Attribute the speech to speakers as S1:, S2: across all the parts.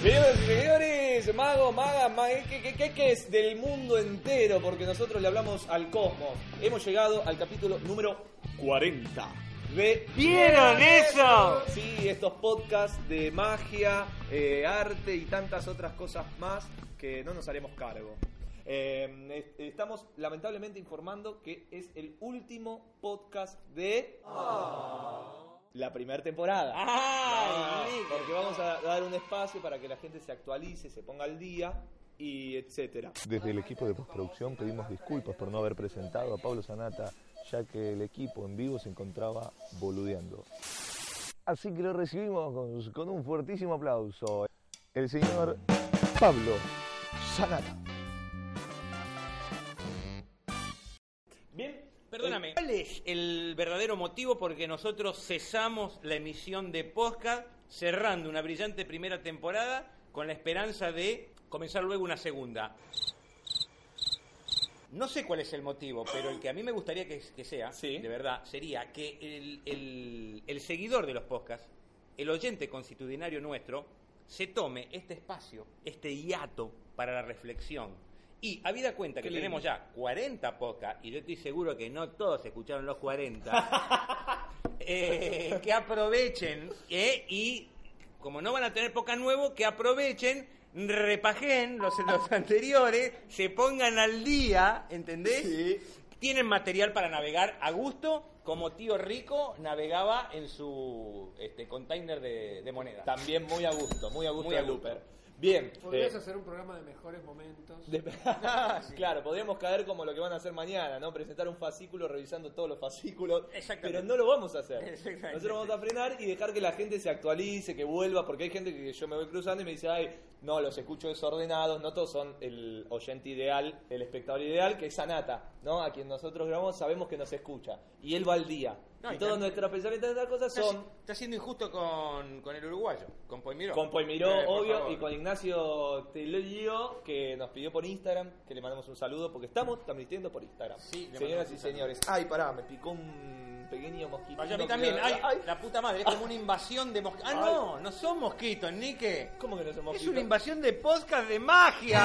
S1: Señoras y señores, mago, maga, maga, que, que, que, que es del mundo entero, porque nosotros le hablamos al cosmos. Hemos llegado al capítulo número 40 de...
S2: ¿Vieron eso?
S1: Sí, estos podcasts de magia, eh, arte y tantas otras cosas más que no nos haremos cargo. Eh, est- estamos lamentablemente informando que es el último podcast de...
S2: Ah.
S1: La primera temporada.
S2: Ay,
S1: No,
S2: mire.
S1: Ah, porque vamos a dar un espacio para que la gente se actualice, se ponga al día y etcétera.
S3: Desde el equipo de postproducción pedimos disculpas por no haber presentado a Pablo Sanata, ya que el equipo en vivo se encontraba boludeando. Así que lo recibimos con, con un fuertísimo aplauso. El señor Pablo Sanata.
S1: Bien,
S2: Perdóname, Eh, ¿cuál es el verdadero motivo por que nosotros cesamos la emisión de podcast cerrando una brillante primera temporada con la esperanza de comenzar luego una segunda? No sé cuál es el motivo, pero el que a mí me gustaría que, que sea,
S1: Sí.
S2: de verdad, sería que el, el- el seguidor de los podcasts, el oyente constitucionario nuestro, se tome este espacio, este hiato para la reflexión. Y habida cuenta que
S1: Qué lindo.
S2: tenemos ya 40 podcasts, y yo estoy seguro que no todos escucharon los 40, eh, que aprovechen eh, y, como no van a tener podcast nuevo, que aprovechen, repajen los, los anteriores, se pongan al día, ¿entendés?
S1: Sí.
S2: Tienen material para navegar a gusto, como tío Rico navegaba en su este, container de, de moneda.
S1: también muy a gusto, muy a gusto
S2: Muy
S1: de
S2: a gusto.
S1: Looper. Bien,
S4: Podrías
S1: eh,
S4: hacer un programa de mejores momentos.
S1: de- claro, podríamos caer como lo que van a hacer mañana, ¿no? Presentar un fascículo revisando todos los fascículos,
S2: Exactamente.
S1: pero no lo vamos a hacer.
S2: Exactamente.
S1: Nosotros vamos a frenar y dejar que la gente se actualice, que vuelva, porque hay gente que yo me voy cruzando y me dice, ay, no, los escucho desordenados, no todos son el oyente ideal, el espectador ideal, que es Sanata, ¿no? A quien nosotros grabamos sabemos que nos escucha, y él va al día.
S2: No,
S1: y,
S2: y
S1: todos
S2: también-
S1: nuestros pensamientos y otras cosas
S2: Está,
S1: son...
S2: está siendo injusto con, con el uruguayo, con Poimiró.
S1: Con Poimiró,
S2: Eh, por
S1: obvio,
S2: favor.
S1: y con Ignacio Telio, que nos pidió por Instagram que le mandemos un saludo, porque estamos transmitiendo por Instagram.
S2: Sí, le mandamos
S1: Señoras
S2: un
S1: y
S2: saludo.
S1: señores. Ay, pará, me picó un pequeño mosquito.
S2: Vaya, a mí también. Ay, la puta madre, es como una invasión de mosquitos. Ah,
S1: Ay.
S2: no, no son mosquitos, Nique.
S1: ¿Cómo que no somos
S2: Es una invasión de podcast de magia.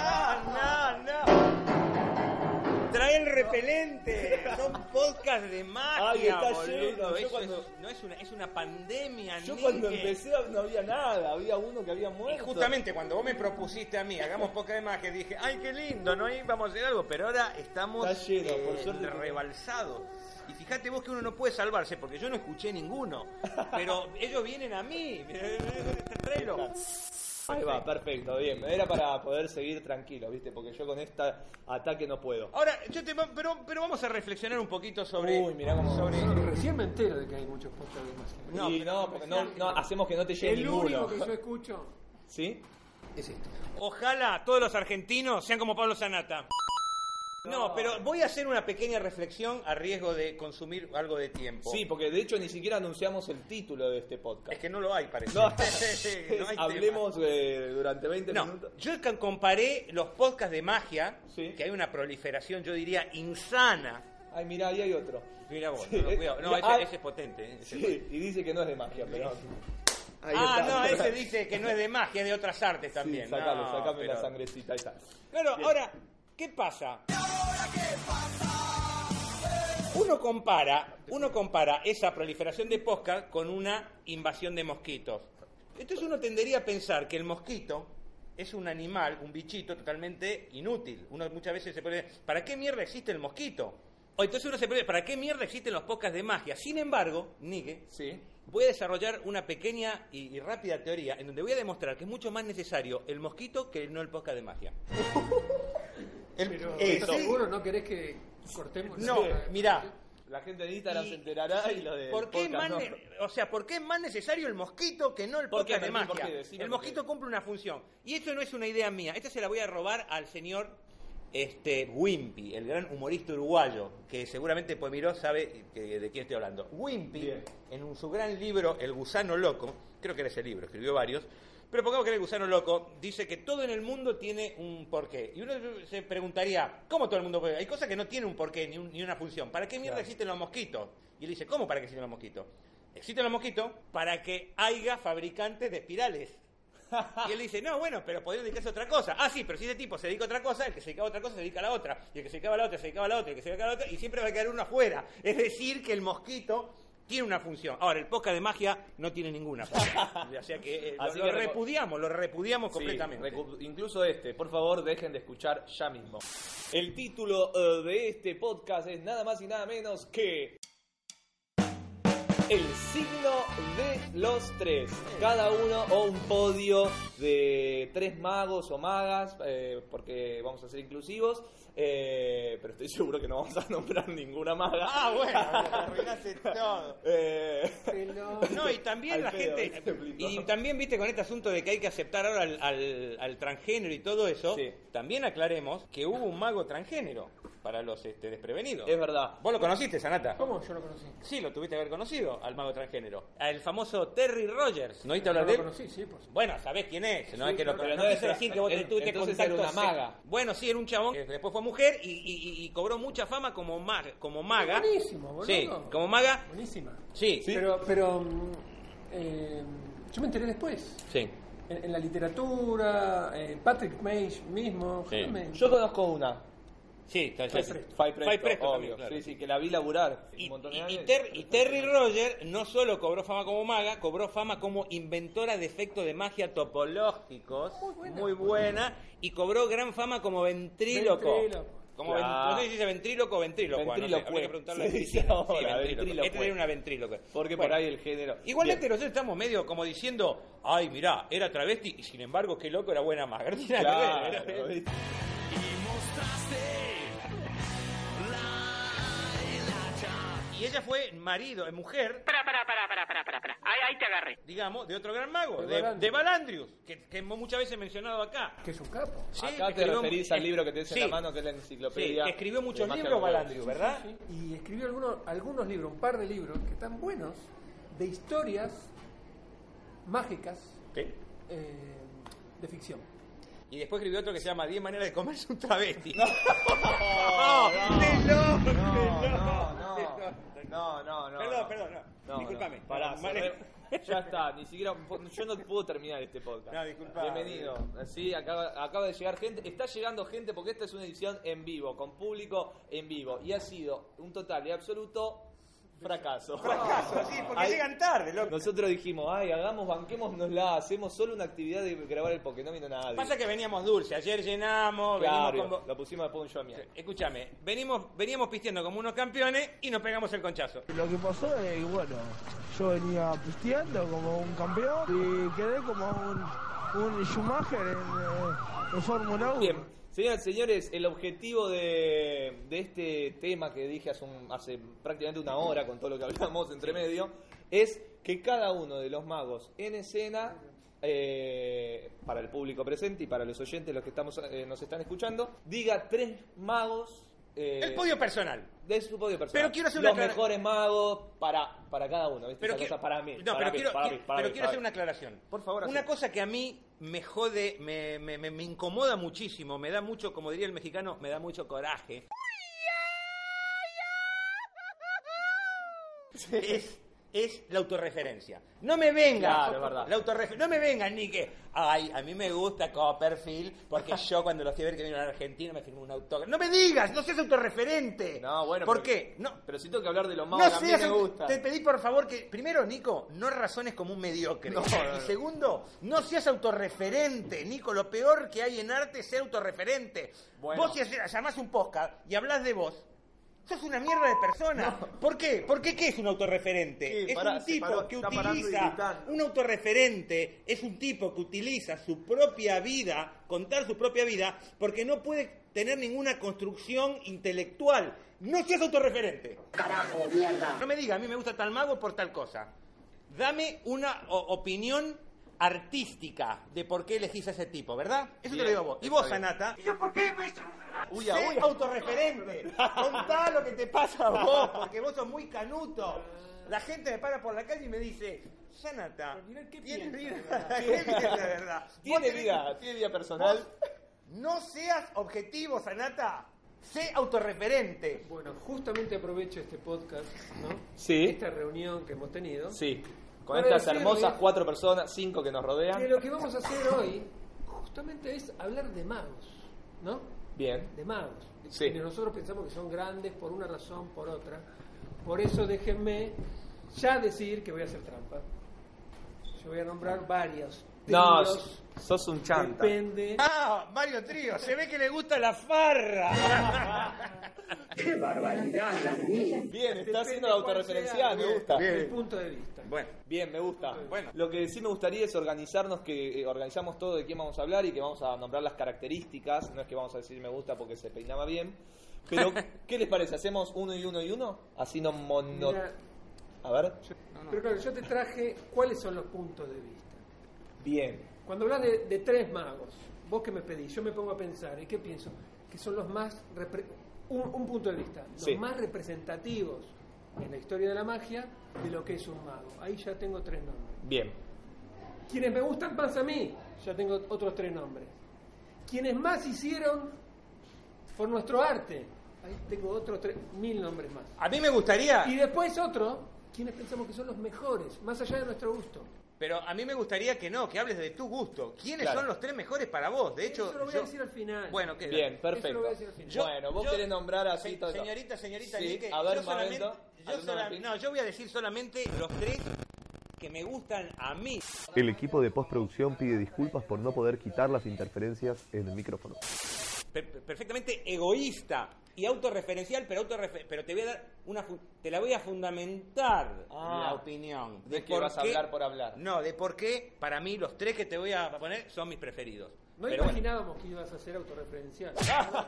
S2: ¡No! ¡No, no, Trae el repelente. Son podcast de magia.
S1: Ay, está
S2: boludo.
S1: lleno. Yo
S2: Eso
S1: cuando-
S2: es, no es una, es una pandemia.
S1: Yo
S2: Nique.
S1: cuando empecé no había nada, había uno que había
S2: Y
S1: muerto.
S2: justamente cuando vos me propusiste a mí, hagamos podcast de magia, dije, ay, qué lindo, no íbamos a hacer algo, pero ahora estamos eh,
S1: Está lleno, por suerte.
S2: rebalsados. Y fíjate vos que uno no puede salvarse, porque yo no escuché ninguno, pero ellos vienen a mí. Tráelo.
S1: Ahí va, perfecto, bien. Era para poder seguir tranquilo, ¿viste? Porque yo con este ataque no puedo.
S2: Ahora, yo te, va- pero, pero vamos a reflexionar un poquito sobre...
S1: Uy, mirá cómo-
S2: sobre
S4: Recién me entero de que hay muchos podcasts de magia.
S2: no,
S1: No, y
S2: pero-
S1: no, porque no, no, hacemos que no te llegue
S4: El
S1: ninguno.
S4: único que yo escucho
S1: ¿Sí?
S4: es este.
S2: Ojalá todos los argentinos sean como Pablo Sanata. No, pero voy a hacer una pequeña reflexión a riesgo de consumir algo de tiempo.
S1: Sí, porque de hecho ni siquiera anunciamos el título de este podcast.
S2: Es que no lo hay, parece.
S1: No,
S2: No hay
S1: hablemos eh, durante 20
S2: tema. No,
S1: minutos.
S2: yo ca- comparé los podcasts de magia,
S1: Sí.
S2: que hay una proliferación, yo diría, insana.
S1: Ay, mira, ahí hay otro.
S2: Mira vos,
S1: Sí,
S2: no,
S1: eh,
S2: cuidado. No,
S1: mira,
S2: ese,
S1: ah,
S2: ese es potente. eh, ese
S1: Sí,
S2: es potente.
S1: y dice que no es de magia, pero. Ahí
S2: ah,
S1: está.
S2: no, ese dice que no es de magia, es de otras artes
S1: Sí,
S2: también.
S1: sacalo,
S2: No,
S1: sacame
S2: pero-
S1: la sangrecita, ahí está.
S2: Claro, ahora, ¿qué pasa? Uno compara, uno compara esa proliferación de podcast con una invasión de mosquitos. Entonces uno tendería a pensar que el mosquito es un animal, un bichito totalmente inútil. Uno muchas veces se puede ¿para qué mierda existe el mosquito? O entonces uno se puede, ¿para qué mierda existen los podcasts de magia? Sin embargo, Nigue,
S1: Sí.
S2: voy a desarrollar una pequeña y, y rápida teoría en donde voy a demostrar que es mucho más necesario el mosquito que no el podcast de magia. El-
S4: Pero
S2: eh, sí.
S1: Pues
S4: ¿estás seguro no querés que cortemos?
S2: No,
S4: Eh,
S2: mira,
S1: La gente de Instagram
S2: Y-
S1: se enterará y lo de.
S2: ¿Por qué, más ne- o sea, ¿Por qué es más necesario el mosquito que no el
S1: ¿Por qué,
S2: podcast de
S1: Martín? ¿Por
S2: magia?
S1: qué? Decime
S2: el
S1: por
S2: mosquito
S1: qué.
S2: cumple una función. Y esto no es una idea mía. Esta se la voy a robar al señor este, Wimpy, el gran humorista uruguayo, que seguramente Pomiró sabe que- de quién estoy hablando. Wimpy,
S1: Bien.
S2: en un- su gran libro El gusano loco, creo que era ese libro, escribió varios, pero pongamos que era El gusano loco, dice que todo en el mundo tiene un porqué. Y uno se preguntaría, ¿cómo todo el mundo puede? Hay cosas que no tienen un porqué ni, un- ni una función. ¿Para qué mierda existen los mosquitos? Y él dice, ¿cómo para qué existen los mosquitos? Existen los mosquitos para que haya fabricantes de espirales. Y él dice, no, bueno, pero podría dedicarse a otra cosa. Ah, sí, pero si ese tipo se dedica a otra cosa, el que se dedicaba a otra cosa se dedica a la otra. Y el que se dedicaba a la otra se dedicaba a la otra, y el que se dedicaba a la otra, y siempre va a quedar uno afuera. Es decir, que el mosquito tiene una función. Ahora, el podcast de magia no tiene ninguna función. O sea que eh, lo-
S1: Así
S2: lo,
S1: que recu-
S2: repudiamos, lo repudiamos completamente.
S1: incluso este, por favor, dejen de escuchar ya mismo. El título eh, de este podcast es nada más y nada menos que. El signo de los tres. Cada uno o un podio de tres magos o magas, eh, porque vamos a ser inclusivos. eh, pero estoy seguro que no vamos a nombrar ninguna maga.
S2: Ah, bueno, arruinaste todo.
S1: Eh,
S4: Pero-
S2: No, y también
S1: Al
S2: la
S1: pedo,
S2: gente.
S1: ¿viste, Plito?
S2: Y también, viste, con este asunto de que hay que aceptar ahora al, al- al transgénero y todo eso,
S1: Sí.
S2: también aclaremos que hubo un mago transgénero para los este, desprevenidos.
S1: es verdad.
S2: Vos lo conociste, Sanata.
S4: ¿Cómo yo lo conocí?
S2: Sí, lo tuviste que haber conocido al mago transgénero. Al famoso Terry Rogers. ¿No oíste hablar
S4: Yo
S2: de
S4: lo
S2: él?
S4: conocí, sí, por supuesto.
S2: Bueno, sabés quién es, no es que lo
S4: pero
S2: no
S1: no
S2: quise
S1: es-
S2: decir que vos te
S1: en-
S2: tuviste
S1: entonces
S2: contacto
S1: era una
S2: sexual.
S1: maga.
S2: Bueno, sí, era un chabón que después fue mujer y, y- y- y cobró mucha fama como, ma- como maga.
S4: Buenísimo, boludo.
S2: Sí, como maga.
S4: Buenísima.
S2: Sí, sí.
S4: Pero, pero mm, eh, yo me enteré después. En, en la literatura, eh, Patrick Mage mismo.
S2: Sí.
S4: Hamilton.
S1: Yo conozco una.
S2: Sí, está
S4: Fai
S2: ya-
S4: Presto.
S1: Fai Presto,
S2: Fai Presto
S1: obvio.
S2: también, claro.
S1: Sí, sí, que la vi laburar. un
S2: Y,
S1: montón de
S2: y- y
S1: años.
S2: Ter- y Terry Rogers no solo cobró fama como maga, cobró fama como inventora de efectos de magia topológicos, muy buena, y cobró gran fama como ventríloco.
S4: Ventríloco.
S2: Como
S1: Claro.
S2: ven- no sé si dice ventríloco o ventríloco. ah,
S1: Ventrílocue.
S2: habría que preguntarle a
S1: Se dice
S2: Cristina.
S1: ahora,
S2: ventríloco.
S1: ventrílocue.
S2: Este era una ventríloco.
S1: Porque
S2: Bueno,
S1: por ahí el género.
S2: Igualmente
S1: Bien.
S2: nosotros estamos medio como diciendo, ay, mirá, era travesti y sin embargo, qué loco, era buena maga. No tiene nada que ver, era-
S1: Claro, ¿viste?
S2: Y ella fue marido, eh, mujer,
S5: Para, para, para, para, para, para, para. Ahí, ahí te agarré.
S2: digamos, de otro gran mago,
S4: De
S2: de,
S4: Balandrius.
S2: de Balandrius, que, que hemos muchas veces mencionado acá.
S4: Que es un capo.
S2: Sí, que
S1: Acá te
S2: escribió-
S1: referís al
S2: eh,
S1: libro que tenés
S2: sí,
S1: en la mano, que es la
S2: Sí,
S1: enciclopedia.
S2: que escribió muchos
S1: de magia
S2: libros
S1: local.
S2: Balandrius, ¿verdad?
S4: Y escribió algunos, algunos libros, un par de libros que están buenos, de historias mágicas
S2: Sí.
S4: eh, de ficción.
S2: Y después escribió otro que se llama 10 maneras de comerse un travesti. No, no,
S1: No, no,
S2: telón, telón.
S1: no, no, no, no.
S2: Perdón, perdón, no.
S1: No,
S2: Disculpame.
S1: no, pará,
S2: Mal-
S1: cerré- ya está, ni siquiera. Yo no puedo terminar este podcast.
S2: No, disculpa.
S1: Bienvenido. Sí, acaba, acaba de llegar gente. Está llegando gente porque esta es una edición en vivo, con público en vivo. Y ha sido un total y absoluto fracaso.
S2: Fracaso, sí, porque
S1: Ahí-
S2: llegan tarde, loco.
S1: Nosotros dijimos, ay, hagamos, banquémonosla, hacemos solo una actividad de grabar el Pokémon no vino nadie.
S2: Pasa que veníamos dulce, ayer llenamos,
S1: Claro,
S2: venimos con...
S1: lo pusimos de puncho a mierda.
S2: Escúchame, venimos, veníamos pisteando como unos campeones y nos pegamos el conchazo.
S1: Eh.
S6: Lo que pasó es que, bueno, yo venía pisteando como un campeón y quedé como un, un Schumacher en, eh, en Fórmula 1.
S1: Bien, señoras y señores, el objetivo de, de este tema que dije hace, un- hace prácticamente una hora con todo lo que hablamos entre medio, es que cada uno de los magos en escena, eh, para el público presente y para los oyentes, los que estamos, eh, nos están escuchando, diga tres magos. eh,
S2: El podio personal.
S1: de su podio personal.
S2: Pero quiero hacer
S1: Los
S2: una aclara-
S1: mejores magos para, para cada uno, ¿viste?
S2: Pero
S1: Esa
S2: quiero-
S1: cosa para mí.
S2: No,
S1: para
S2: pero
S1: mí,
S2: quiero,
S1: para
S2: quiero-
S1: mí, para
S2: pero
S1: mí,
S2: quiero
S1: para
S2: hacer
S1: mí.
S2: una aclaración.
S1: Por favor,
S2: Una
S1: hacé.
S2: cosa que a mí me jode, me, me- me- me incomoda muchísimo, me da mucho, como diría el mexicano, me da mucho coraje. Es, es la autorreferencia. No me venga.
S1: Claro, es verdad.
S2: La autorrefer- no me vengan ni que, ay, a mí me gusta Copperfield, porque yo cuando los fui a ver que vinieron a Argentina me firmó un autógrafo. No me digas, no seas autorreferente.
S1: No, bueno. pero-
S2: ¿Por qué? No,
S1: Pero si tengo que hablar de los magos,
S2: no
S1: que a mí
S2: seas,
S1: me gusta.
S2: te pedí por favor que, primero, Nico, no razones como un mediocre.
S1: No, no, no.
S2: Y segundo, no seas autorreferente, Nico. Lo peor que hay en arte es ser autorreferente.
S1: Bueno.
S2: Vos si haces- llamás un podcast y hablas de vos, sos una mierda de persona. ¿Por qué? ¿Por qué qué es un autorreferente?
S1: Sí,
S2: es
S1: pará,
S2: un
S1: se
S2: tipo
S1: paró,
S2: que
S1: está parando y
S2: utiliza,
S1: gritando.
S2: un autorreferente es un tipo que utiliza su propia vida, contar su propia vida, porque no puede tener ninguna construcción intelectual. No seas autorreferente.
S5: Carajo, mierda.
S2: No me diga, a mí me gusta tal mago por tal cosa. Dame una o- opinión artística de por qué elegís a ese tipo, ¿verdad? Eso te lo digo a vos. Y vos, Anata,
S1: Uya,
S2: sé
S1: uya.
S2: autorreferente. Contá lo que te pasa a vos, porque vos sos muy canuto. La gente me para por la calle y me dice, Sanata,
S4: qué
S2: tiene
S4: piensa,
S2: vida, ¿Qué piensa de verdad?
S1: Tiene
S2: Vos tenés-
S1: vida, tiene vida personal.
S2: No seas objetivo, Sanata. Sé autorreferente.
S4: Bueno, justamente aprovecho este podcast, ¿no?
S1: Sí.
S4: Esta reunión que hemos tenido.
S1: Sí. Con
S4: Para
S1: estas
S4: decirle-
S1: hermosas cuatro personas, cinco que nos
S4: Que
S1: rodean.
S4: lo que vamos a hacer hoy, justamente es hablar de magos, ¿no?
S1: Bien.
S4: De magos. De
S1: Sí.
S4: quienes nosotros pensamos que son grandes por una razón, por otra. Por eso déjenme ya decir que voy a hacer trampa. Yo voy a nombrar varios.
S1: No,
S4: tíos.
S1: sos un chanta.
S4: Depende.
S2: Ah, Mario Trío, se ve que le gusta la farra.
S5: Qué barbaridad, la mía.
S1: Bien, está
S4: Depende
S1: haciendo la
S4: cuál
S1: autorreferencia,
S4: sea,
S1: me
S4: bien,
S1: gusta.
S4: Mi punto de vista.
S2: Bueno,
S1: Bien, me gusta.
S2: Bueno.
S1: Lo que sí me gustaría es organizarnos, que eh, organizamos todo de quién vamos a hablar y que vamos a nombrar las características. No es que vamos a decir me gusta porque se peinaba bien. Pero, ¿qué les parece? ¿Hacemos uno y uno y uno? Así no mono...
S4: Mira,
S1: A ver.
S4: Pero claro, yo te traje cuáles son los puntos de vista.
S1: Bien.
S4: Cuando hablas de, de tres magos, vos que me pedís, yo me pongo a pensar, ¿y qué pienso? Que son los más, repre- un, un punto de vista, los
S1: Sí.
S4: más representativos en la historia de la magia de lo que es un mago. Ahí ya tengo tres nombres.
S1: Bien.
S4: Quienes me gustan más a mí, ya tengo otros tres nombres. Quienes más hicieron por nuestro arte, ahí tengo otros tres, mil nombres más.
S2: a mí me
S1: Ah.
S2: gustaría,
S4: Y después otro, quienes pensamos que son los mejores, más allá de nuestro gusto.
S2: pero a mí me gustaría que no, que hables de tu gusto. ¿Quiénes
S1: Claro.
S2: son los tres mejores para vos? De hecho,
S4: Eso lo voy
S2: yo-
S4: a decir al final.
S2: bueno, que
S1: Bien,
S4: Eso lo
S1: perfecto.
S4: voy a decir al final.
S2: Yo-
S1: bueno, vos
S2: yo-
S1: querés nombrar así
S2: Se-
S1: todo.
S2: señorita, señorita,
S1: Sí,
S2: Lique,
S1: a ver,
S2: yo solamente,
S1: momento.
S2: yo sola- no, yo voy a decir solamente los tres que me gustan a mí.
S3: El equipo de postproducción pide disculpas por no poder quitar las interferencias en el micrófono.
S2: Per- perfectamente egoísta y autorreferencial, pero autorrefe- pero te voy a dar una fu- te la voy a fundamentar
S1: Ah.
S2: la opinión.
S1: No es que
S2: por
S1: vas a
S2: qué-
S1: hablar por hablar.
S2: No, de por qué para mí los tres que te voy a poner son mis preferidos.
S4: No
S2: Pero bueno.
S4: imaginábamos que ibas a ser autorreferencial.
S1: Ah.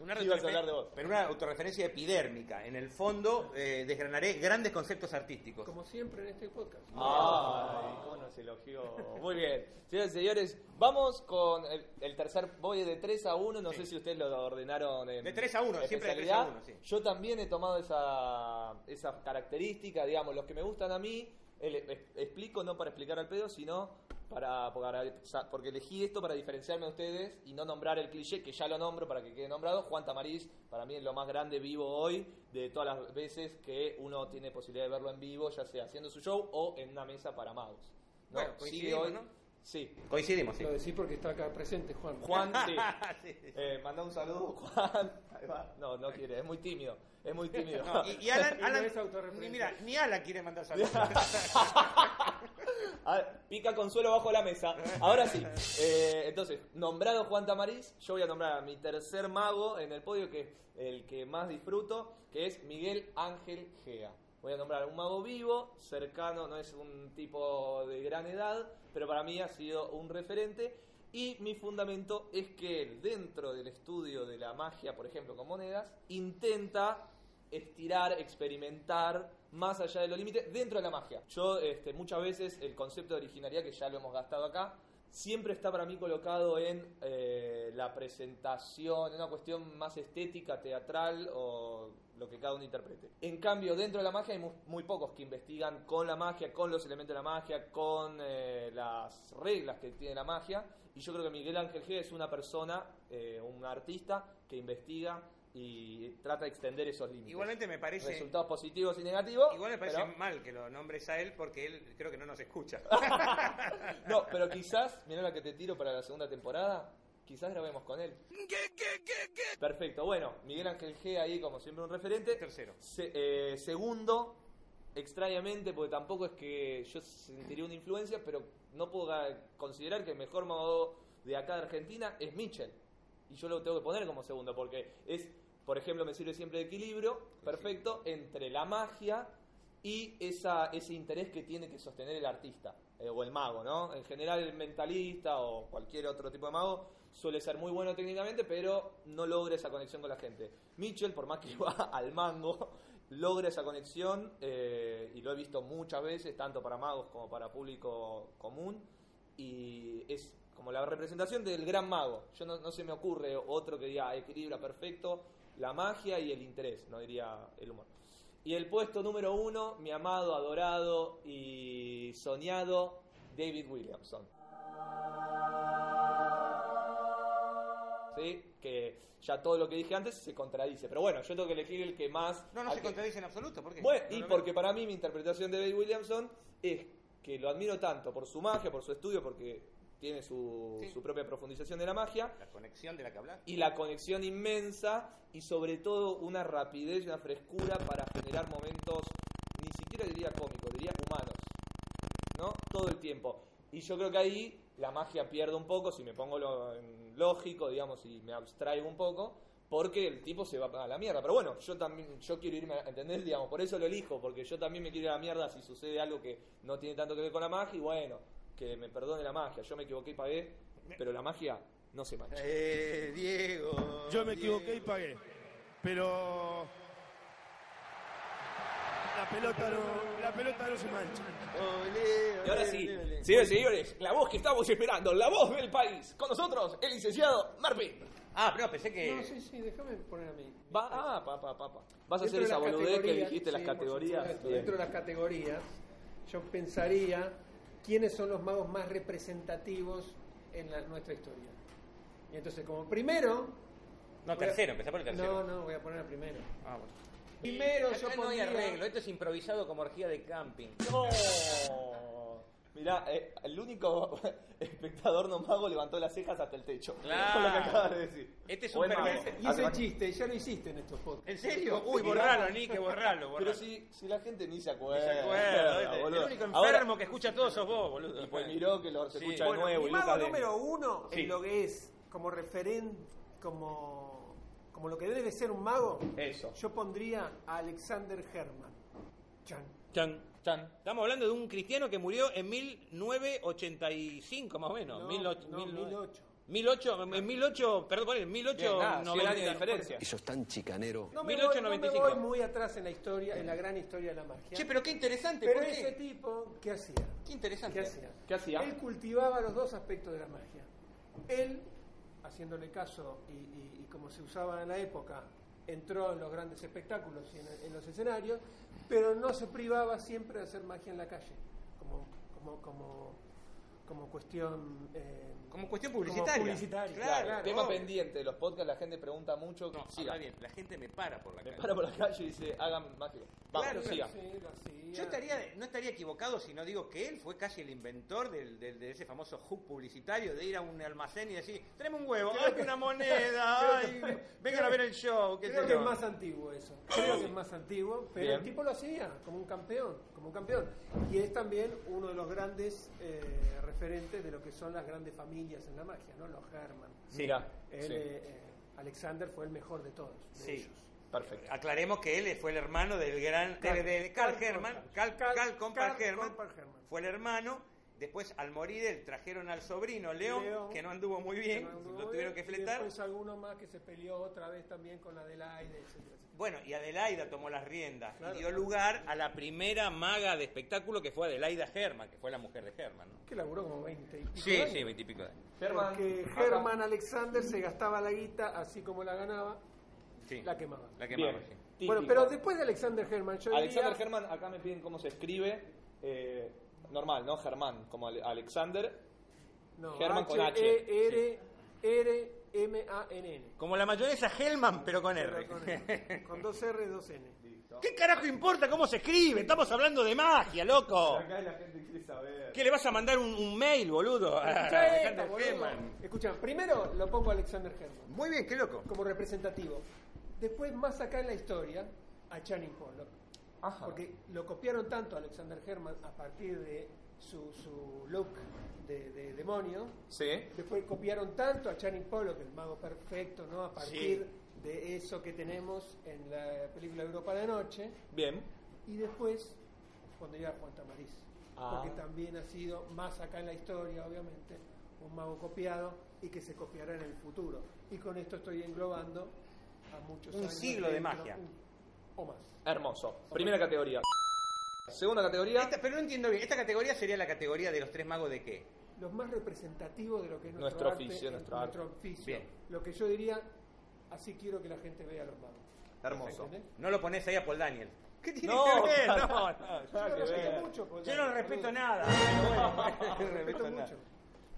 S2: Una
S1: Sí, ibas a
S2: autorrefer-
S1: hablar de vos.
S2: Pero una autorreferencia epidérmica. En el fondo eh, desgranaré grandes conceptos artísticos.
S4: Como siempre en este podcast.
S1: Ay, cómo nos elogió. Muy bien. Señoras y señores, vamos con el, el tercer. Voy de 3 a 1. No sé si ustedes lo ordenaron en.
S2: De 3 a 1, siempre de 3 a
S1: especialidad.
S2: 1, sí.
S1: Yo también he tomado esa, esa característica, digamos, los que me gustan a mí. el- es- explico no para explicar al pedo, sino para, para- porque elegí esto para diferenciarme de ustedes y no nombrar el cliché que ya lo nombro para que quede nombrado. Juan Tamariz, para mí es lo más grande vivo hoy de todas las veces que uno tiene posibilidad de verlo en vivo, ya sea haciendo su show o en una mesa para magos. ¿no?
S2: Bueno,
S1: Sigue
S2: coincidimos,
S1: hoy-
S2: ¿no?
S1: Sí.
S2: Coincidimos, sí.
S4: Lo decís porque está acá presente, Juan.
S1: Juan, sí.
S2: Sí, sí.
S1: Eh, manda un saludo, Juan. Ahí va. No, no quiere, es muy tímido. Es muy tímido.
S2: No, y, y Alan,
S4: Y no
S2: Alan-
S4: es autorreferencial.
S2: ni, mira, ni Alan quiere mandar saludos.
S1: Ah, pica consuelo bajo la mesa. Ahora sí. Eh, entonces, nombrado Juan Tamariz, yo voy a nombrar a mi tercer mago en el podio, que es el que más disfruto, que es Miguel Ángel Gea. Voy a nombrar a un mago vivo, cercano, no es un tipo de gran edad, pero para mí ha sido un referente. Y mi fundamento es que él, dentro del estudio de la magia, por ejemplo, con monedas, intenta estirar, experimentar más allá de los límites dentro de la magia. Yo este, muchas veces el concepto de originalidad, que ya lo hemos gastado acá, siempre está para mí colocado en eh, la presentación, en una cuestión más estética, teatral o lo que cada uno interprete. En cambio, dentro de la magia hay mu- muy pocos que investigan con la magia, con los elementos de la magia, con eh, las reglas que tiene la magia. Y yo creo que Miguel Ángel G es una persona, eh, un artista que investiga y trata de extender esos límites.
S2: Igualmente me parece,
S1: Resultados positivos y negativos.
S2: igual me parece
S1: pero-
S2: mal que lo nombres a él porque él creo que no nos escucha.
S1: no, pero quizás, mirá la que te tiro para la segunda temporada, quizás grabemos con él. Perfecto, bueno, Miguel Ángel G ahí como siempre un referente.
S2: Tercero.
S1: Se- eh, segundo, extrañamente, porque tampoco es que yo sentiría una influencia, pero no puedo ga- considerar que el mejor mago de acá de Argentina es Mitchell. Y yo lo tengo que poner como segundo, porque es, por ejemplo, me sirve siempre de equilibrio perfecto entre la magia y esa, ese interés que tiene que sostener el artista. eh, o el mago, ¿no? En general el mentalista o cualquier otro tipo de mago suele ser muy bueno técnicamente, pero no logra esa conexión con la gente. Mitchell, por más que va al mango, logra esa conexión eh, y lo he visto muchas veces, tanto para magos como para público común, y es como la representación del gran mago. Yo no, no se me ocurre otro que diga "Ah, equilibra perfecto la magia y el interés, no diría el humor. Y el puesto número uno, mi amado, adorado y soñado David Williamson. ¿Sí? Que ya todo lo que dije antes se contradice. Pero bueno, yo tengo que elegir el que más.
S2: No, no
S1: al
S2: se
S1: que-
S2: contradice en absoluto. ¿Por qué?
S1: bueno,
S2: No
S1: y
S2: lo
S1: porque para mí mi interpretación de Dave Williamson es que lo admiro tanto por su magia, por su estudio, porque tiene su,
S2: Sí.
S1: su propia profundización de la magia,
S2: veo. La conexión de la que hablas.
S1: y la conexión inmensa, y sobre todo una rapidez y una frescura para generar momentos, ni siquiera diría cómicos, diría humanos, ¿no? Todo el tiempo. Y yo creo que ahí la magia pierde un poco, si me pongo lo- en lógico, digamos, y me abstraigo un poco, porque el tipo se va a la mierda. Pero bueno, yo también, yo quiero irme, a- ¿entendés? Digamos, por eso lo elijo, porque yo también me quiero ir a la mierda si sucede algo que no tiene tanto que ver con la magia, y bueno, que me perdone la magia, yo me equivoqué y pagué, pero la magia no se mancha.
S2: Eh, Diego.
S7: Yo me
S2: Diego.
S7: equivoqué y pagué. Pero. La pelota no, la pelota no se mancha.
S2: Olé, olé,
S1: Y ahora sí,
S2: olé, olé.
S1: señores y señores, la voz que estamos esperando, la voz del país. Con nosotros, el licenciado Marvin.
S2: Ah, pero no, pensé que.
S4: No, sí, sí, déjame poner a mí.
S1: Va, ah, pa, pa, pa, pa. eh, Vas a hacer
S4: Dentro de
S1: esa
S4: las
S1: boludez que
S4: categorías,
S1: dijiste, las
S4: sí, por
S1: categorías.
S4: supuesto,
S1: Bien.
S4: Dentro de las categorías, yo pensaría quiénes son los magos más representativos en la- nuestra historia. Y entonces, como primero.
S2: No,
S4: voy a-
S2: tercero, empezá por el tercero.
S4: No, no, voy a poner el primero.
S2: Ah, bueno.
S4: Primero,
S2: Acá
S4: yo
S2: no hay
S4: pondría-
S2: arreglo, esto es improvisado como orgía de camping.
S1: No. Mirá, eh, el único espectador no mago levantó las cejas hasta el techo.
S2: Claro.
S1: Con lo que acabas de decir.
S2: Este es
S1: O
S2: un
S1: mago.
S2: perverso.
S4: Y
S1: Hace
S4: ese
S1: más-
S4: chiste ya lo hiciste Ah, en estos podcasts.
S2: ¿En serio? Uy, borralo, Nick, borralo, borralo.
S1: Pero si, si la gente ni se acuerda.
S2: Se acuerda, ¿viste?
S1: Eh, boludo.
S2: el único
S1: Ahora-
S2: enfermo que escucha todo sos vos, boludo.
S1: Y pues miró que lo se
S2: Sí.
S1: escucha
S2: Bueno,
S1: de nuevo.
S4: Mi
S1: y
S4: mago
S1: Lucas de-
S4: número uno
S2: Sí.
S4: en lo que es como referente, como, como lo que debe ser un mago,
S1: Eso.
S4: yo pondría a Alexander Herman. Chan.
S2: Chan, chan. Estamos hablando de un cristiano que murió en 1985, más o menos.
S4: No,
S2: Mil och-
S4: no,
S2: mil-
S4: 1008.
S2: 1008, en 1008, perdón, ponele, en 1890.
S1: Bien, nada, cien años de diferencia.
S8: Eso es tan chicanero.
S4: No me, Voy,
S2: 1895.
S4: no me voy muy atrás en la historia, en la gran historia de la magia.
S2: Che, pero qué interesante,
S4: Pero
S2: ¿por
S4: ese
S2: qué?
S4: tipo, ¿qué hacía?
S2: Qué interesante.
S4: ¿Qué hacía?
S1: ¿Qué hacía?
S4: Él cultivaba los dos aspectos de la magia. Él, haciéndole caso y, y- y como se usaba en la época, entró en los grandes espectáculos y en, en los escenarios, pero no se privaba siempre de hacer magia en la calle, como, como, como, como cuestión... eh,
S2: Como cuestión publicitaria.
S4: como publicitaria,
S1: Claro,
S4: claro,
S1: tema
S4: obvio.
S1: pendiente de los podcasts, la gente pregunta mucho.
S2: No,
S1: siga.
S2: habla bien, la gente me para por la
S1: Me
S2: cara.
S1: para por la calle y dice, hagan magia. Vamos,
S2: Claro,
S1: siga.
S4: Sí, lo hacía.
S2: Yo estaría, no estaría equivocado si no digo que él fue casi el inventor del, del- de ese famoso hook publicitario de ir a un almacén y decir, tráeme un huevo, ay, una moneda, ay, vengan a ver el show. qué
S4: Creo
S2: sé
S4: que
S2: yo".
S4: es más antiguo eso. Creo que es más antiguo, pero
S1: Bien.
S4: el tipo lo hacía como un campeón, como un campeón. Y es también uno de los grandes eh, referentes de lo que son las grandes familias en la magia, ¿no? Los Herman.
S1: Mira,
S4: Él,
S1: sí,
S4: eh, eh, Alexander fue el mejor de todos. de
S2: Sí.
S4: ellos.
S1: perfecto.
S2: Aclaremos que él fue el hermano del gran de, de Carl
S4: Carl
S2: Herman,
S4: Compar.
S2: Carl,
S4: Carl-
S2: Carl Compar
S4: Carl
S2: Herman,
S4: Compar Herman.
S2: fue el hermano. Después al morir él trajeron al sobrino León,
S4: León,
S2: que no anduvo muy bien, lo tuvieron que
S4: Y
S2: fletar.
S4: después alguno más que se peleó otra vez también con Adelaide, etcétera, etcétera.
S2: Bueno, y Adelaida tomó las riendas
S4: Claro.
S2: y dio lugar a la primera maga de espectáculo que fue Adelaida Herman, que fue la mujer de Herman. ¿no?
S4: Que laburó como 20 y pico
S2: Sí,
S4: años.
S2: sí, veintipico de años.
S4: Porque
S1: acá.
S4: Herman Alexander se gastaba la guita así como la ganaba,
S2: Sí.
S4: la quemaba.
S2: La
S1: Bien,
S2: quemaba, sí.
S1: típico.
S4: Bueno, pero después de Alexander Herman, yo
S1: Alexander
S4: diría,
S1: Germán, acá me piden cómo se escribe. eh, normal, ¿no? Germán, como Ale- Alexander.
S4: no,
S1: Herman con H.
S4: E R R E M A N N.
S2: Como la mayonesa Hellman, pero con R.
S4: Pero Con, N. Con dos R, dos N.
S2: ¿Qué carajo importa cómo se escribe? Estamos hablando de magia, loco.
S1: la gente quiere saber.
S2: ¿Qué le vas a mandar un, un mail, boludo? a
S4: Escuchá esta,
S2: Alejandro
S4: boludo.
S2: Hellman?
S4: Escuchá, primero lo pongo a Alexander Herman
S2: Muy bien, qué loco.
S4: como representativo. Después, más acá en la historia, a Channing Pollock.
S1: Ajá.
S4: Porque lo copiaron tanto a Alexander Herman a partir de su, su look de- de demonio
S1: Sí.
S4: Después copiaron tanto a Channing Pollock, el mago perfecto, ¿no? A partir de eso que tenemos en la película Europa de Noche.
S1: Bien.
S4: Y después pondría a Juan Tamariz.
S2: Ah.
S4: porque también ha sido más acá en la historia, obviamente, un mago copiado y que se copiará en el futuro. Y con esto estoy englobando a muchos
S2: Un
S4: años
S2: siglo de
S4: dentro,
S2: magia.
S4: un- o más.
S1: Hermoso. Primera categoría. Segunda categoría,
S2: Esta- pero no entiendo bien, ¿esta categoría sería la categoría de los tres magos de qué?
S4: Los más representativos de lo que es
S1: Nuestro
S4: nuestro,
S1: oficio,
S4: arte,
S1: nuestro arte.
S4: oficio.
S2: Bien.
S4: Lo que yo diría, así quiero que la gente vea a los magos.
S1: hermoso.
S4: ¿Entendés?
S2: No lo pones ahí a Paul Daniel. ¿Qué tiene
S1: No,
S2: que ver?
S1: no,
S2: No,
S1: no.
S4: Yo
S1: Nada
S4: lo
S1: que
S4: respeto
S1: ver.
S4: mucho, pues,
S2: Yo no
S4: dale,
S2: respeto
S4: boludo.
S2: nada.
S4: Lo
S2: pero bueno.
S4: respeto mucho.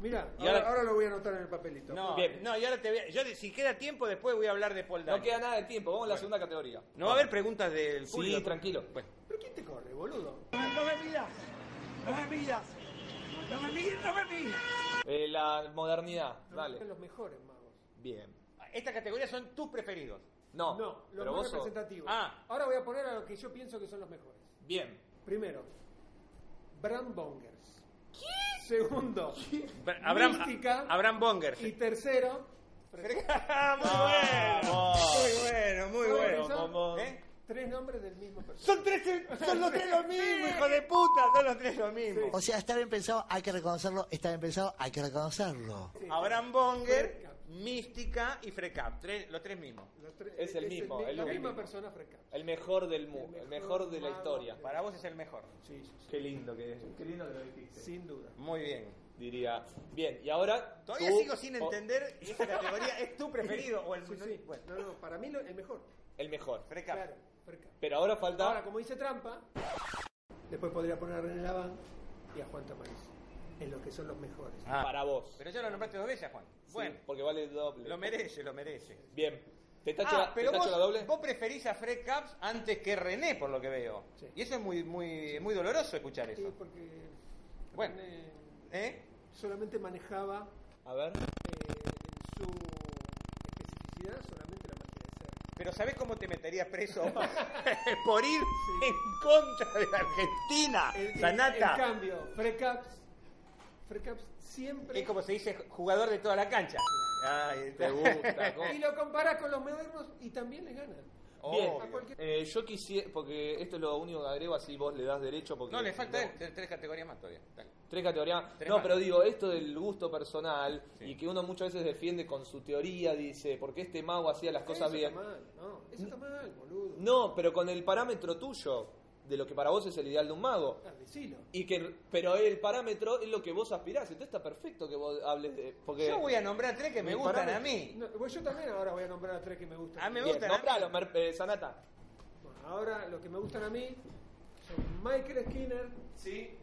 S4: Mira,
S1: Y
S4: ahora,
S1: ahora-
S4: ahora lo voy a anotar en el papelito.
S2: No,
S1: Bien.
S2: no, y ahora te voy a- Yo, de- si queda tiempo, después voy a hablar de Paul
S1: No
S2: Daniel.
S1: queda nada de tiempo, vamos a la segunda categoría.
S2: ¿No va a haber preguntas del
S1: Sí,
S2: público?
S1: tranquilo.
S2: Bueno,
S4: ¿Pero quién te corre, boludo?
S6: No me miras, no me miras, no me miras, no me miras.
S1: Eh, la modernidad,
S4: No son
S1: dale.
S4: los mejores magos.
S1: Bien.
S2: esta categoría son tus preferidos.
S1: No,
S4: No, los
S1: pero
S4: más
S1: vos sos-
S4: representativos.
S2: Ah.
S4: Ahora voy a poner a los que yo pienso que son los mejores.
S1: Bien.
S4: Primero, Bram Bongers. Segundo,
S2: Bra- Abraham,
S4: Mística.
S2: Abraham Bonger.
S4: y tercero,
S2: Ah, muy bueno, muy
S4: ¿Cómo
S2: bueno.
S4: pensó?
S2: ¿Eh?
S4: tres nombres del mismo personaje.
S2: Son, tres, eh, son los tres lo mismo, hijo de puta. Son los tres lo mismo.
S8: O sea, está bien pensado, hay que reconocerlo, está bien pensado, hay que reconocerlo.
S2: Abraham Bonger,
S4: Frecap.
S2: Mística y Frecap. Tres, los tres mismos.
S4: Los tres-
S1: Es el mismo,
S4: mi-
S1: el
S4: la
S1: único.
S4: misma persona fresca.
S1: El mejor del mundo, el mejor de la
S4: mago
S1: historia.
S4: del-
S2: Para vos es el mejor.
S4: Sí, sí, sí,
S1: Qué lindo que es, qué lindo que lo dijiste.
S4: sin duda.
S2: Muy bien.
S1: Diría. Bien, y ahora.
S2: Todavía
S1: tú-
S2: sigo sin
S1: o-
S2: entender si esa categoría es tu preferido o el
S4: Sí, sí.
S2: Bueno,
S4: No, no, para mí lo- el mejor.
S1: El mejor.
S2: Frecap.
S4: Claro, fresca.
S1: Pero ahora falta.
S4: Ahora, como dice trampa, después podría poner a René Laván y a Juan Tamariz. En los que son los mejores.
S2: Ah,
S1: Ah. para vos.
S2: Pero ya lo nombraste dos veces, Juan.
S1: Sí,
S2: Bueno,
S1: Porque vale el doble.
S2: lo merece, lo merece.
S1: Bien. ¿Te tacho,
S2: Ah,
S1: la,
S2: pero
S1: te tacho
S2: vos,
S1: la doble?
S2: vos preferís a Fred Caps antes que René, por lo que veo.
S4: Sí.
S2: Y eso es muy, muy, muy doloroso escuchar
S4: Sí,
S2: eso.
S4: porque
S2: Bueno.
S4: René
S2: ¿Eh?
S4: solamente manejaba
S1: A ver.
S4: eh, en su especificidad solamente la magia de ser.
S2: Pero ¿sabés cómo te meterías preso por ir en contra de la Argentina?
S4: En- en- En
S2: Sanata.
S4: cambio, Frecaps, Frecaps siempre.
S2: Es como se dice jugador de toda la cancha. Ay,
S1: Te gusta. ¿cómo?
S4: Y lo comparas con los modernos y también les ganan.
S1: Bien.
S4: A cualquier-
S1: Eh, yo quisiera. Porque esto es lo único que agrego, así vos le das derecho. Porque
S2: No, le falta él. Tres- tres categorías más todavía. Dale.
S1: Tres categorías.
S2: Tres
S1: no,
S2: más.
S1: pero digo, esto del gusto personal
S2: Sí.
S1: y que uno muchas veces defiende con su teoría, dice, porque este mago hacía las cosas
S4: eso
S1: bien.
S4: Está mal, no, eso está mal, boludo.
S1: No, pero con el parámetro tuyo, de lo que para vos es el ideal de un mago.
S4: Ah, decilo.
S1: Y que, pero el parámetro es lo que vos aspirás, entonces está perfecto que vos hables de. Porque
S2: Yo voy a nombrar tres que me
S1: Mi
S2: gustan
S1: parámetro.
S2: a mí.
S4: No, bueno, yo también ahora voy a nombrar a tres que me gustan.
S2: Ah, me
S1: Bien,
S2: gustan.
S1: nombralo, Mer- eh, Sanata.
S4: Bueno, ahora los que me gustan a mí son Michael Skinner,
S1: Sí.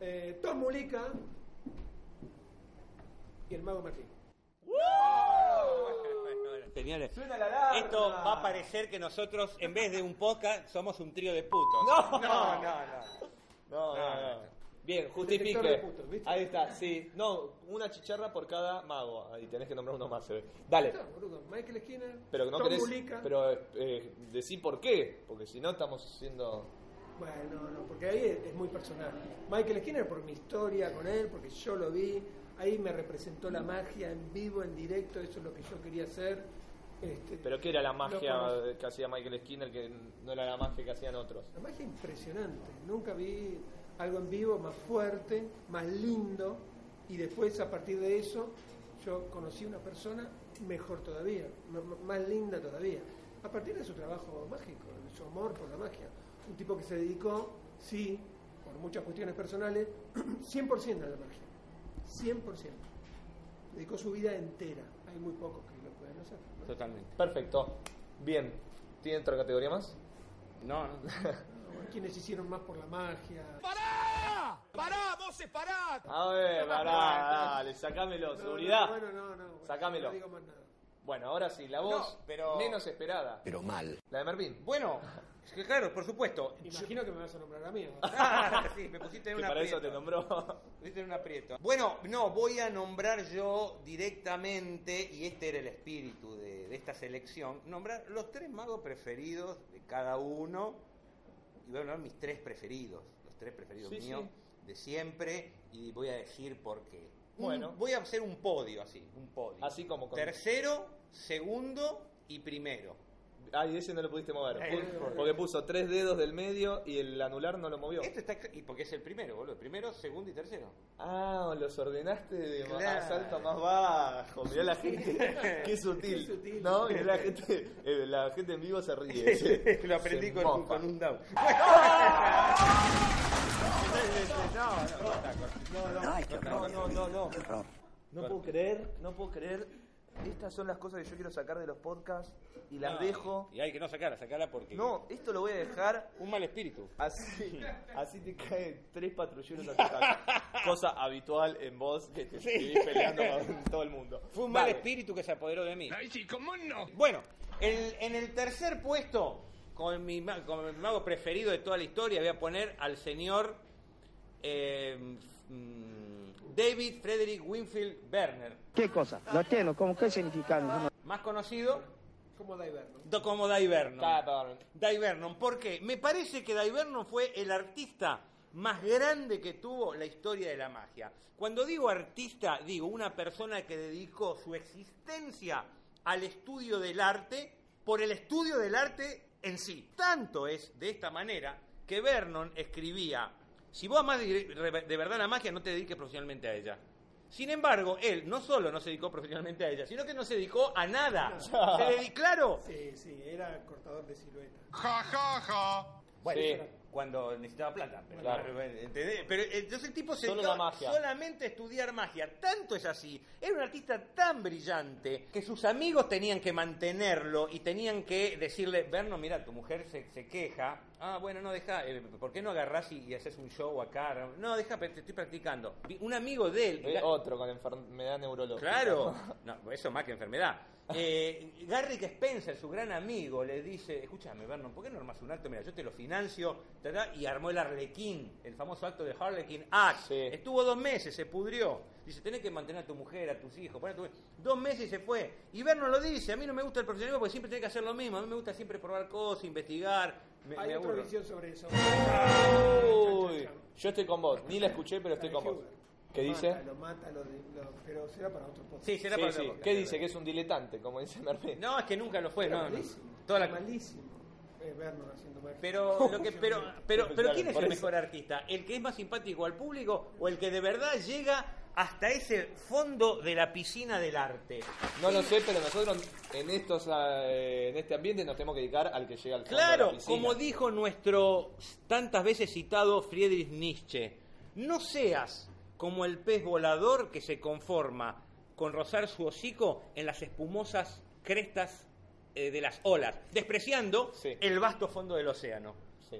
S4: eh, Tom Mulica y el Mago Martín.
S2: Señores,
S1: Suena la alarma.
S2: esto va a parecer que nosotros, en vez de un podcast, somos un trío de putos.
S1: No.
S2: no, no. no.
S1: No, no,
S2: No, no.
S1: no. Bien,
S4: Ah, Detector de
S1: justifique.
S4: putos, ¿viste?
S1: Ahí está, sí. No, una chicharra por cada mago. Ahí tenés que nombrar uno más, se ve. Dale.
S4: No, boludo, Michael Skinner,
S1: Pero no
S4: Tom
S1: querés.
S4: Mulica.
S1: Pero eh, decí por qué, porque si no estamos siendo.
S4: Bueno, no, no, porque ahí es, es muy personal. Michael Skinner por mi historia con él, porque yo lo vi, ahí me representó la magia en vivo, en directo, eso es lo que yo quería hacer. Este,
S1: Pero qué era la
S4: conocí.
S1: magia eh, que hacía Michael Skinner que no era la magia que hacían otros.
S4: La magia impresionante, nunca vi algo en vivo más fuerte, más lindo, y después a partir de eso yo conocí una persona mejor todavía, m- m- más linda todavía, a partir de su trabajo mágico, de su amor por la magia. Un tipo que se dedicó, sí, por muchas cuestiones personales, 100% a la magia, 100%. Dedicó su vida entera, hay muy pocos que lo pueden hacer. ¿no?
S2: Totalmente.
S1: Perfecto. Bien. ¿Tiene otra categoría más?
S2: No, no.
S4: Quienes hicieron más por la magia,
S1: A ver, pará, dale, sacámelo.
S4: No,
S1: Seguridad.
S4: No, bueno, no, no. bueno,
S1: Sacámelo.
S4: No digo más nada.
S1: Bueno, ahora sí, la voz
S2: No, pero-
S1: menos esperada. Pero mal. La de Mervin.
S2: Bueno, es que claro, por supuesto. Ah,
S4: Imagino que me vas a nombrar a mí. ¿no?
S2: sí, me pusiste
S1: Que
S2: en un
S1: para eso
S2: aprieto.
S1: te nombró.
S2: Me pusiste en un aprieto. Bueno, no, voy a nombrar yo directamente, y este era el espíritu de, de esta selección, nombrar los tres magos preferidos de cada uno. Y voy a nombrar mis tres preferidos, los tres preferidos
S1: Sí,
S2: míos de siempre, y voy a decir por qué. Un-
S1: Bueno.
S2: Voy a hacer un podio así, un podio.
S1: Así como con-
S2: Tercero, segundo y primero.
S1: Ay, ese no lo pudiste mover.
S2: Eh,
S1: Pu-
S2: joder.
S1: Porque puso tres dedos del medio y el anular no lo movió.
S2: Esto está cl- y porque Este es el primero, boludo. Primero, segundo y tercero.
S1: Ah, los ordenaste de ma-
S2: Claro.
S1: a salto más bajo. Mirá la gente. Qué sutil. ¿No? Mirá la gente. eh, la gente en vivo se ríe. se-
S2: Lo aprendí
S1: se
S2: con, un-
S1: mofa.
S2: con un down.
S8: Ay, qué
S1: No,
S8: horror.
S1: no, no, no.
S8: Qué horror.
S1: No puedo creer, no puedo creer. Estas son las cosas que yo quiero sacar de los podcasts y las
S2: No,
S1: dejo.
S2: Y hay que no sacarla, sacarla porque.
S1: No, esto lo voy a dejar
S2: Un mal espíritu.
S1: Así, así te caen tres patrulleros a tu casa. Cosa habitual en vos que te seguís peleando con todo el mundo.
S2: Fue un
S1: Dale.
S2: mal espíritu que se apoderó de mí. Bueno, el- en el tercer puesto, con mi, ma- con mi mago preferido de toda la historia, voy a poner al señor eh, mm, David Frederick Winfield Werner,
S9: ¿Qué cosa? Lo tengo, ¿cómo qué significado?
S2: más conocido
S4: Como Daiberno.
S2: do- como Dai
S1: Está,
S2: Vernon.
S1: perdón.
S2: Dai Vernon, ¿por qué? Me parece que Dai Vernon fue el artista más grande que tuvo la historia de la magia. Cuando digo artista, digo una persona que dedicó su existencia al estudio del arte por el estudio del arte en sí. Tanto es de esta manera que Vernon escribía, si vos amás de de verdad la magia, no te dediques profesionalmente a ella. Sin embargo, él no solo no se dedicó profesionalmente a ella, sino que no se dedicó a nada. Se dedicó, claro,
S4: Sí, sí, era cortador de silueta.
S2: Bueno,
S1: Sí.
S2: eso era cuando necesitaba plata. Pero,
S1: Claro.
S2: ¿entendés? Pero, entonces el tipo se
S1: Solo
S2: dedicaba
S1: la magia.
S2: solamente a estudiar magia. Tanto es así. Era un artista tan brillante que sus amigos tenían que mantenerlo y tenían que decirle, Verno, mira, tu mujer se, se queja. Ah, bueno, no, deja, eh, ¿por qué no agarrás y, y haces un show acá? No, deja, pe- te estoy practicando. Vi- Un amigo de él...
S1: Eh, otro con enfermedad neurológica.
S2: Claro, no, eso más que enfermedad. Eh, Garrick Spencer, su gran amigo, le dice, escúchame, Vernon, ¿por qué no armas un acto? Mira, yo te lo financio, ta, ta, y armó el Arlequín, el famoso acto de Harlequin Act.
S1: Ah, Sí.
S2: Estuvo dos meses, se pudrió. Dice, tenés que mantener a tu mujer, a tus hijos. poner a tu- Dos meses y se fue. Y Vernon lo dice, a mí no me gusta el profesionalismo porque siempre tenés que hacer lo mismo. A mí me gusta siempre probar cosas, investigar. Me,
S4: Hay
S2: me
S4: otra
S2: aburro.
S4: visión sobre eso.
S1: Uy, yo estoy con vos. Ni la escuché, pero estoy con vos. ¿Qué dice?
S4: Lo mata, lo, pero será para otro podcast.
S2: Sí, será
S1: Sí,
S2: para
S1: sí.
S2: otra época.
S1: ¿Qué dice? Que es un diletante, como dice Merlín.
S2: No, es que nunca lo fue. No, no.
S4: malísimo.
S2: Toda la-
S4: Malísimo. Eh, Vernon haciendo magia.
S2: Pero, lo que, pero, pero, pero ¿quién es
S1: Por
S2: el
S1: eso.
S2: mejor artista? ¿El que es más simpático al público o el que de verdad llega hasta ese fondo de la piscina del arte?
S1: No lo sé, pero nosotros en estos ah, eh, en este ambiente nos tenemos que dedicar al que llega al fondo de
S2: Claro,
S1: la piscina.
S2: como dijo nuestro tantas veces citado Friedrich Nietzsche, no seas como el pez volador que se conforma con rozar su hocico en las espumosas crestas eh, de las olas, despreciando
S1: Sí.
S2: el vasto fondo del océano.
S1: Sí.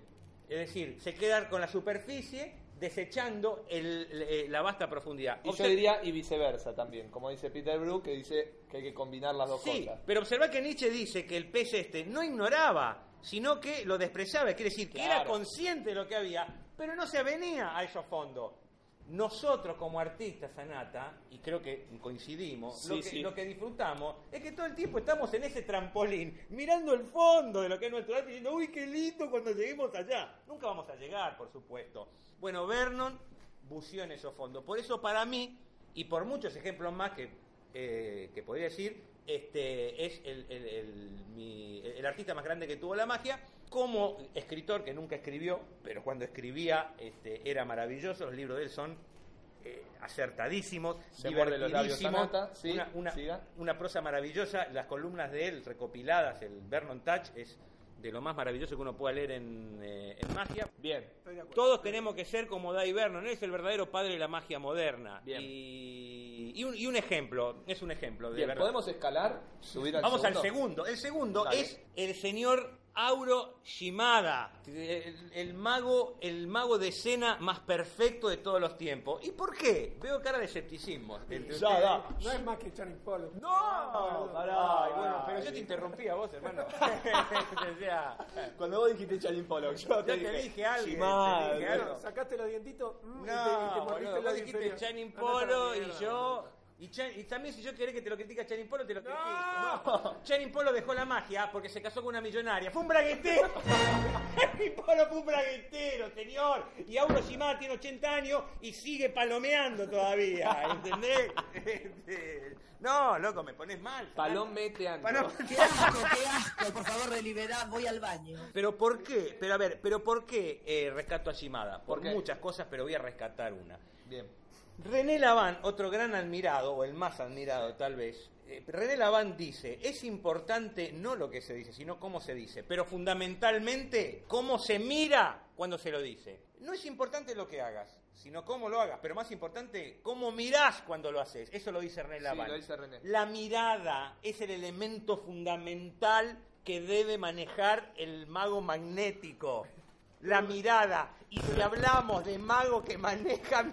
S2: Es decir, se queda con la superficie desechando el- eh, la vasta profundidad.
S1: Y yo
S2: Obser-
S1: diría y viceversa también, como dice Peter Brook, que dice que hay que combinar las dos
S2: sí,
S1: cosas.
S2: pero observa que Nietzsche dice que el pez este no ignoraba, sino que lo despreciaba. Quiere decir, que era
S1: Claro.
S2: consciente de lo que había, pero no se avenía a esos fondos. Nosotros como artistas, Anata, y creo que coincidimos,
S1: Sí,
S2: lo, que,
S1: sí.
S2: lo que disfrutamos es que todo el tiempo estamos en ese trampolín, mirando el fondo de lo que es nuestro arte, y diciendo, uy, qué lindo cuando lleguemos allá. Nunca vamos a llegar, por supuesto. Bueno, Vernon buceó en esos fondos. Por eso para mí, y por muchos ejemplos más que, eh, que podría decir, este, es el, el- el- mi- el artista más grande que tuvo la magia, como escritor que nunca escribió, pero cuando escribía este, era maravilloso, los libros de él son eh, acertadísimos,
S1: Se muerde los labios
S2: divertidísimos,
S1: Sanata, sí,
S2: una, una-
S1: siga.
S2: una prosa maravillosa, las columnas de él recopiladas, el Vernon Touch es de lo más maravilloso que uno pueda leer en, eh, en magia.
S1: Bien.
S2: Todos tenemos que ser como Dai Vernon, él es el verdadero padre de la magia moderna.
S1: Bien.
S2: Y, y un, y un ejemplo, es un ejemplo de
S1: Bien,
S2: verdad.
S1: ¿podemos escalar? Subir al
S2: Vamos
S1: segundo?
S2: al segundo. El segundo
S1: Dale.
S2: es el señor Auro Shimada, el, el mago, el mago de escena más perfecto de todos los tiempos. ¿Y por qué? Veo cara de escepticismo. entre
S1: Ya,
S2: ustedes.
S1: da.
S4: No es más que Charlie Polo.
S2: No, pará, y bueno, pero yo te
S1: Ay.
S2: interrumpí a vos, hermano. o sea,
S1: Cuando vos dijiste Chalim Pollock, yo
S2: te dije algo,
S1: Shimada,
S2: te dije algo.
S1: bueno.
S4: Sacaste los dientitos mm, y te- y te
S2: no,
S4: mordiste
S2: boludo,
S4: el labio
S2: vos dijiste
S4: inferior.
S2: Channing
S4: Andate a la
S2: Polo y
S4: mierda.
S2: yo Y, Chen- y también si yo querés que te lo critique a Chenin Polo, te lo critico.
S4: ¡No!
S2: Chenin Polo dejó la magia porque se casó con una millonaria. ¡Fue un braguetero! Chenin Polo fue un braguetero, señor. Y Auro Shimada tiene 80 años y sigue palomeando todavía, ¿entendés? Este, no, loco, me pones mal.
S1: Palón meteando.
S2: Palón
S8: Qué asco, qué asco, por favor, deliberad, voy al baño.
S2: Pero ¿por qué? Pero a ver, pero ¿por qué eh, rescato a Shimada? Por,
S1: ¿Por qué?
S2: muchas cosas, pero voy a rescatar una.
S1: Bien.
S2: René Laván, otro gran admirado, o el más admirado tal vez, eh, René Laván dice, es importante no lo que se dice, sino cómo se dice, pero fundamentalmente cómo se mira cuando se lo dice. No es importante lo que hagas, sino cómo lo hagas, pero más importante, cómo mirás cuando lo haces. Eso lo dice René
S1: Sí,
S2: Laván.
S1: lo dice René.
S2: La mirada es el elemento fundamental que debe manejar el mago magnético. La mirada. Y si hablamos de mago que maneja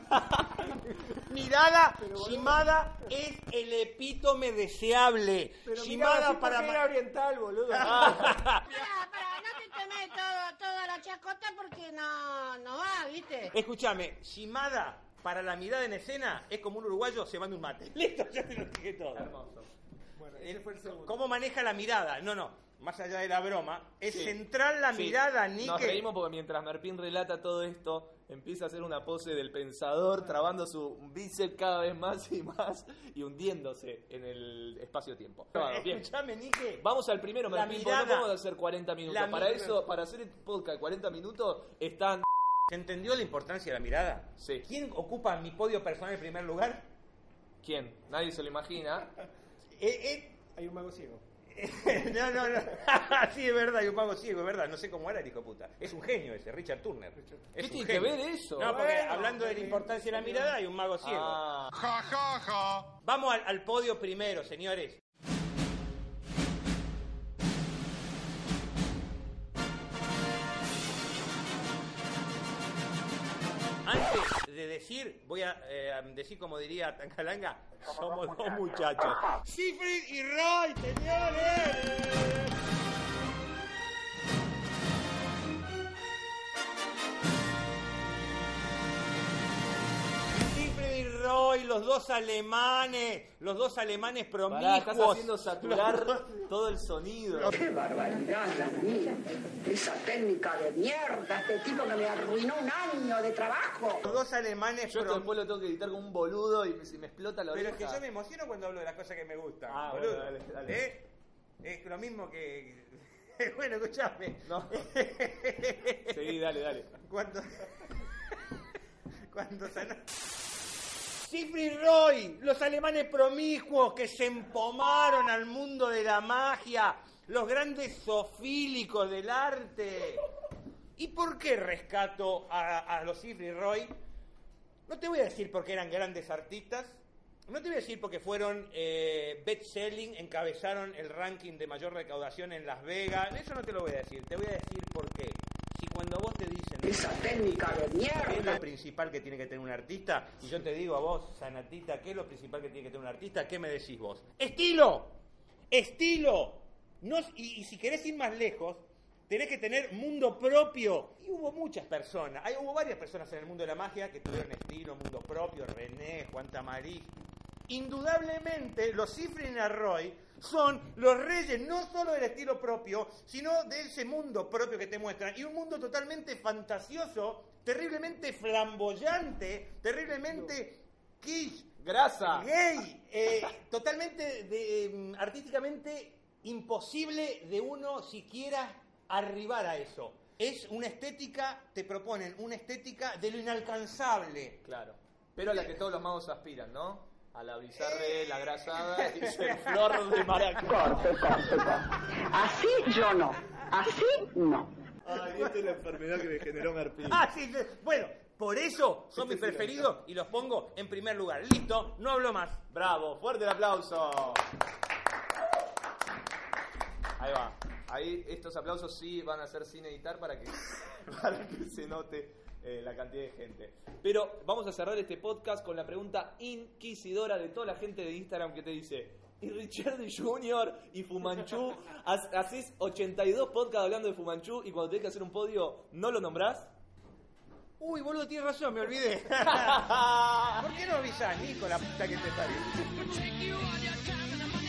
S2: mirada, Shimada es el epítome deseable.
S4: Pero mirá,
S2: Shimada
S4: así
S2: para
S4: porque
S2: ma- Ah.
S4: era oriental, boludo.
S10: Pará, pará, no te tomes todo, toda la chacota porque no, no va, ¿viste?
S2: Escúchame, Shimada para la mirada en escena es como un uruguayo se manda un mate. Listo, ya te lo dije todo.
S1: Hermoso.
S4: Bueno, ese fue el segundo.
S2: ¿Cómo maneja la mirada? No, no. Más allá de la broma, es
S1: Sí.
S2: central la
S1: Sí.
S2: mirada, Nike.
S1: Nos reímos porque mientras Merpín relata todo esto, empieza a hacer una pose del pensador, trabando su bíceps cada vez más y más y hundiéndose en el espacio-tiempo. Bueno, bien.
S2: Escúchame, Nike.
S1: Vamos al primero,
S2: La
S1: Merpín, porque
S2: mirada.
S1: no podemos hacer 40 minutos.
S2: La
S1: para
S2: mirada.
S1: eso, para hacer el podcast de 40 minutos, están...
S2: ¿Se entendió la importancia de la mirada?
S1: Sí.
S2: ¿Quién ocupa mi podio personal en primer lugar?
S1: ¿Quién? Nadie se lo imagina.
S2: Eh,
S4: Hay un mago ciego.
S2: eh, no, no, no. sí, es verdad, hay un mago ciego, es verdad. No sé cómo era el hijo de puta. Es un genio ese, Richard Turner. Es
S1: ¿Qué
S2: un
S1: tiene que
S2: genio.
S1: ver eso? eh,
S2: No, porque
S4: Bueno,
S2: hablando de la
S4: sí,
S2: importancia de la
S4: señor.
S2: mirada, hay un mago ciego.
S1: Ah,
S2: Vamos al, al podio primero, señores. Antes de decir, voy a eh, decir como diría Tangalanga, somos dos muchachos. Siegfried y Roy, señores. Siegfried y Roy, los dos alemanes, los dos alemanes promiscuos.
S1: pará, estás haciendo saturar todo el sonido.
S5: Qué barbaridad la mía. Esa técnica de mierda, este tipo que me arruinó un año de trabajo.
S2: Los dos alemanes
S1: Yo esto después
S2: promiscuos.
S1: lo tengo que editar como un boludo y me, se me explota la
S2: Pero
S1: oreja.
S2: es que yo me emociono cuando hablo de las cosas que me gustan.
S1: Ah,
S2: boludo.
S1: bueno, dale, dale.
S2: ¿Eh? Es lo mismo que. bueno, escuchame.
S1: No. Seguí, dale, dale.
S2: cuando. cuando sana. Siegfried Roy, los alemanes promiscuos que se empomaron al mundo de la magia, los grandes sofílicos del arte. ¿Y por qué rescato a, a los Siegfried Roy? No te voy a decir porque eran grandes artistas, no te voy a decir porque fueron eh, best-selling, encabezaron el ranking de mayor recaudación en Las Vegas, eso no te lo voy a decir, te voy a decir por qué. Si cuando vos te dicen...
S5: Esa técnica de
S2: ¿Qué es
S5: mierda.
S2: lo principal que tiene que tener un artista? Y yo te digo a vos, Sanatita, ¿qué es lo principal que tiene que tener un artista? ¿Qué me decís vos? ¡Estilo! ¡Estilo! No, y, y si querés ir más lejos, tenés que tener mundo propio. Y hubo muchas personas, hay, hubo varias personas en el mundo de la magia que tuvieron estilo, mundo propio, René, Juan Tamariz. Indudablemente, los Cifrin Roy son los reyes no solo del estilo propio, sino de ese mundo propio que te muestran. Y un mundo totalmente fantasioso, terriblemente flamboyante, terriblemente kitsch,
S1: Grasa.
S2: gay, eh, totalmente de, em, artísticamente imposible de uno siquiera arribar a eso. Es una estética, te proponen una estética de lo inalcanzable.
S1: Claro. Pero a la que todos los magos aspiran, ¿no? A la bizarre, la grasada y el flor de maracor.
S5: Corte, corte, corte. Así yo no. Así no.
S2: Ah, sí, sí. bueno, por eso son mis preferidos y los pongo en primer lugar. Listo, no hablo más.
S1: Bravo, fuerte el aplauso. Ahí va. Ahí estos aplausos sí van a ser sin editar para que, para que se note eh, la cantidad de gente. Pero vamos a cerrar este podcast con la pregunta inquisidora de toda la gente de Instagram que te dice, ¿y Richard Junior y Fumanchu? Hac- ¿Haces 82 podcasts hablando de Fumanchu y cuando tenés que hacer un podio no lo nombrás?
S2: Uy, boludo, tienes razón, me olvidé. ¿Por qué no avisás, Nico, la puta que te parió?